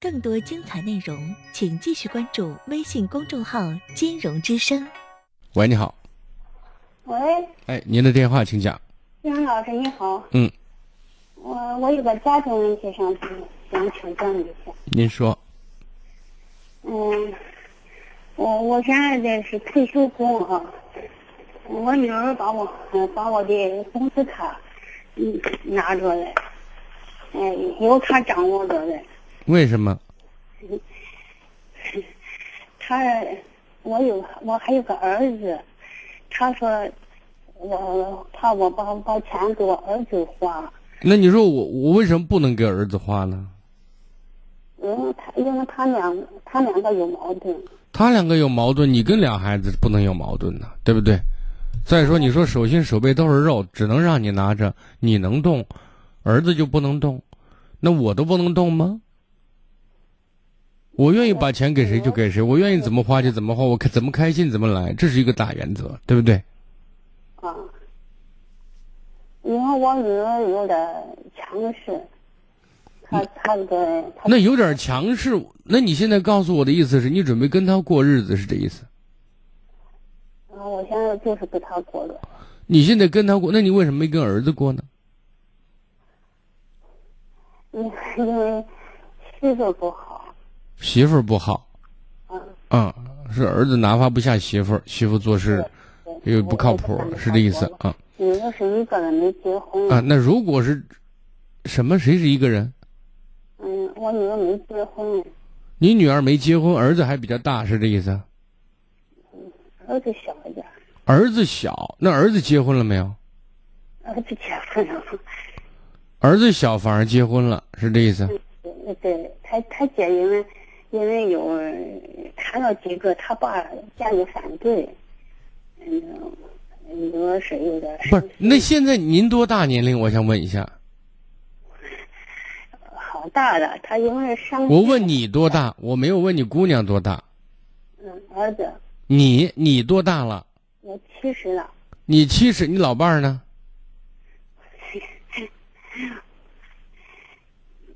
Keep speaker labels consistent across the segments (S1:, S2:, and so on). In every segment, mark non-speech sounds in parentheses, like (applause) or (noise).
S1: 更多精彩内容，请继续关注微信公众号“金融之声
S2: 喂，你好，
S3: 喂，
S2: 哎，您的电话请讲。
S3: 金阳老师你好，
S2: 嗯，
S3: 我我有个家庭问题想请想请教你一下。
S2: 您说，
S3: 嗯，我我现在的是退休工啊，我女儿把我呃把我的工资卡嗯拿着了，哎，由她掌握着了。
S2: 为什么？
S3: 他，我有我还有个儿子，他说我怕我把把钱给我儿子花，
S2: 那你说我我为什么不能给儿子花呢？
S3: 因为他嗯因为他两他两个有矛盾，
S2: 他两个有矛盾，你跟俩孩子不能有矛盾呢，对不对？再说，你说手心手背都是肉，只能让你拿着，你能动，儿子就不能动，那我都不能动吗？我愿意把钱给谁就给谁，我愿意怎么花就怎么花，我开怎么开心怎么来，这是一个大原则，对不对？
S3: 啊，因为我女儿有点强势，她
S2: 嗯
S3: 她的她
S2: 那有点强势。那你现在告诉我的意思是你准备跟他过日子是这意思？
S3: 啊，我现在就是给她过的，
S2: 你现在跟他过，那你为什么没跟儿子过呢？
S3: 因因为媳妇不好，
S2: 媳妇儿不好，
S3: 啊，
S2: 啊、是儿子拿发不下媳妇儿，媳妇做事
S3: 对
S2: 又不靠谱
S3: 我我，
S2: 是这意思啊
S3: 女儿是一个人没结婚，
S2: 啊。那如果是什么谁是一个人？
S3: 嗯，我女儿没结婚。
S2: 你女儿没结婚，儿子还比较大，是这意思？啊
S3: 儿子小一点，
S2: 儿子小，那儿子结婚了没有？
S3: 儿子结婚了， (laughs)
S2: 儿子小反而结婚了，是这意思？啊
S3: 对对，他他姐因为因为有他那几个他爸家里反对，嗯，你说是有点
S2: 不是，那现在您多大年龄？我想问一下，
S3: 好大的，他因为上
S2: 我问你多大？我没有问你姑娘多大，
S3: 嗯儿子，
S2: 你你多大了？
S3: 我七十了，
S2: 你七十，你老伴儿呢？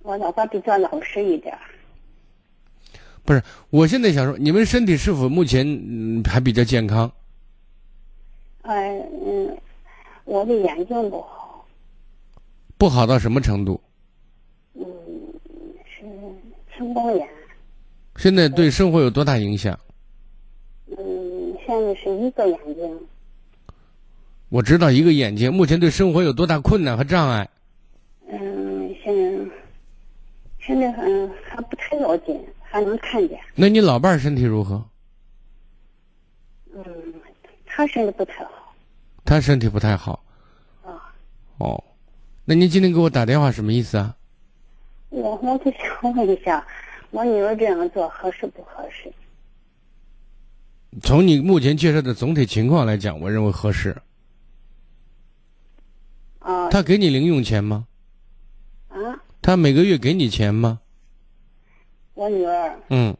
S3: 我老爸比较老实一点，
S2: 不是，我现在想说，你们身体是否目前嗯还比较健康？
S3: 哎嗯，我的眼睛不好，
S2: 不好到什么程度？
S3: 嗯是青光眼，
S2: 现在对生活有多大影响？
S3: 嗯现在是一个眼睛，
S2: 我知道一个眼睛，目前对生活有多大困难和障碍？
S3: 嗯，现在现在还还不太要紧，还能看见。
S2: 那你老伴儿身体如何？
S3: 嗯，他身体不太好
S2: 他身体不太好。
S3: 啊。
S2: 哦，那您今天给我打电话什么意思啊？
S3: 我我就想问一下，我女儿这样做合适不合适？
S2: 从你目前介绍的总体情况来讲，我认为合适。
S3: 啊
S2: 他给你零用钱吗？
S3: 啊！
S2: 他每个月给你钱吗？
S3: 我女儿，
S2: 嗯，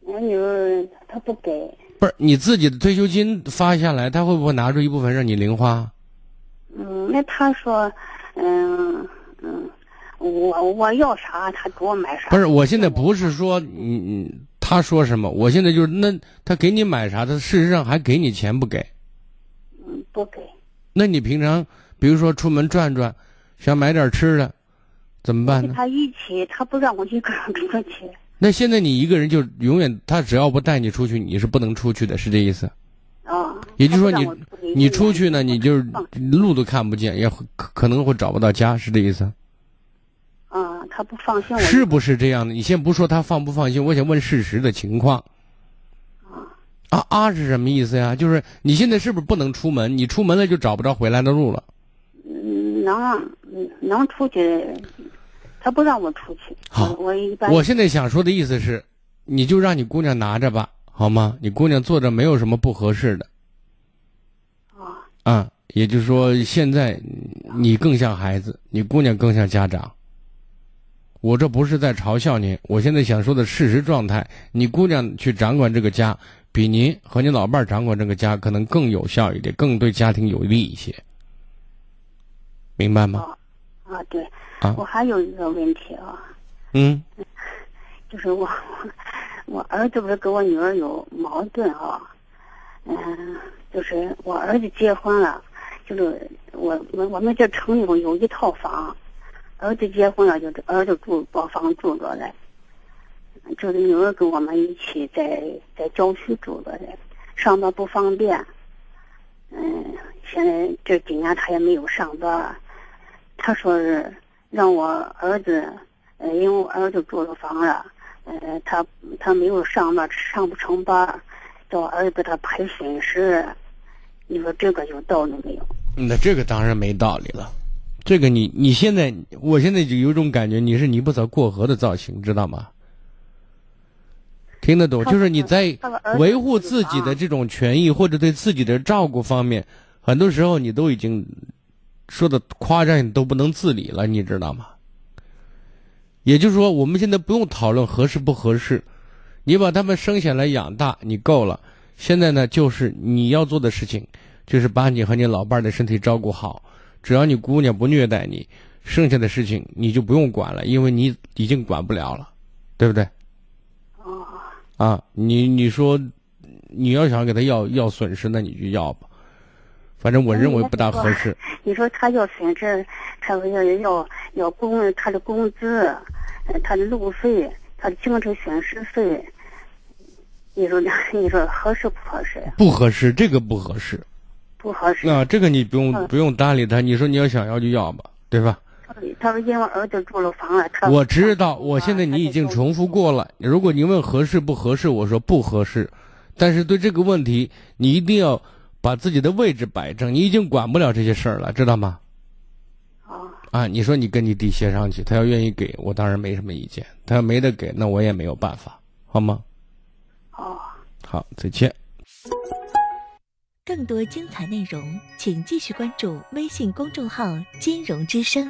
S3: 我女儿她不给，
S2: 不是，你自己的退休金发下来，他会不会拿出一部分让你零花啊？
S3: 嗯，那她说，嗯嗯，我我要啥，她给我买啥。
S2: 不是，我现在不是说你你他说什么，我现在就是那他给你买啥，他事实上还给你钱不给？
S3: 嗯，不给，
S2: 那你平常比如说出门转转，想买点吃的，怎么办
S3: 跟
S2: 呢？
S3: 她一起，她不让我一个人出去。
S2: 那现在你一个人就永远他只要不带你出去，你是不能出去的，是这意思？
S3: 啊，
S2: 也就是说
S3: 她
S2: 你
S3: 不让我
S2: 你出去呢，你就是
S3: 嗯
S2: 路都看不见，也可可能会找不到家，是这意思？
S3: 啊，她不放心我。
S2: 是不是这样的？你先不说他放不放心，我想问事实的情况。啊啊是什么意思呀？就是你现在是不是不能出门？你出门了就找不着回来的路了。
S3: 嗯，能嗯能出去，他不让我出去。
S2: 好
S3: 我我一般
S2: 我现在想说的意思是，你就让你姑娘拿着吧，好吗？你姑娘坐着没有什么不合适的
S3: 啊，
S2: 啊。也就是说，现在你更像孩子，你姑娘更像家长。我这不是在嘲笑您，我现在想说的事实状态，你姑娘去掌管这个家，比您和你老伴儿掌管这个家可能更有效一点，更对家庭有利一些，明白吗？
S3: 啊啊，对，
S2: 啊
S3: 我还有一个问题啊，
S2: 嗯
S3: 就是我我儿子不是跟我女儿有矛盾啊，嗯、就是我儿子结婚了，就是我我我们这城里头有一套房，儿子结婚了，就是儿子住包房住着嘞，就是女儿跟我们一起在在郊区住着嘞，上班不方便，嗯，现在这几年他也没有上班，他说是让我儿子，呃，因为我儿子住了房了，呃，他他没有上班，上不成班，叫我儿子给他赔损失，你说这个有道理没有？
S2: 嗯那这个当然没道理了。这个你你现在，我现在就有一种感觉，你是泥巴子过河的造型，知道吗？听得懂，
S3: 他
S2: 就是你在
S3: 他的儿子
S2: 维护自己的这种权益或者对自己的照顾方面，很多时候你都已经说的夸张，你都不能自理了，你知道吗？也就是说，我们现在不用讨论合适不合适，你把他们生下来养大，你够了。现在呢，就是你要做的事情，就是把你和你老伴儿的身体照顾好。只要你姑娘不虐待你，剩下的事情你就不用管了，因为你已经管不了了，对不对？
S3: 哦
S2: 啊，你你说你要想给他要要损失，那你就要吧。反正我认为不大合适。
S3: 你说他要损失，他要要要工他的工资，呃他的路费，他的精神损失费，你说 (laughs) 你说合适不合适呀？
S2: 不合适，这个不合适。
S3: 不合适。
S2: 那、这个你不用
S3: 嗯
S2: 不用搭理他，你说你要想要就要吧，对吧？
S3: 他说因为儿子住了房了，他啊
S2: 我知道，
S3: 嗯
S2: 我现在你已经重复过了。如果你问合适不合适，我说不合适。但是对这个问题，你一定要把自己的位置摆正。你已经管不了这些事儿了，知道吗？
S3: 啊
S2: 啊，你说你跟你弟协商去，他要愿意给我，当然没什么意见；他要没得给，那我也没有办法，好吗？
S3: 哦。
S2: 好，再见。
S1: 更多精彩内容，请继续关注微信公众号“金融之声”。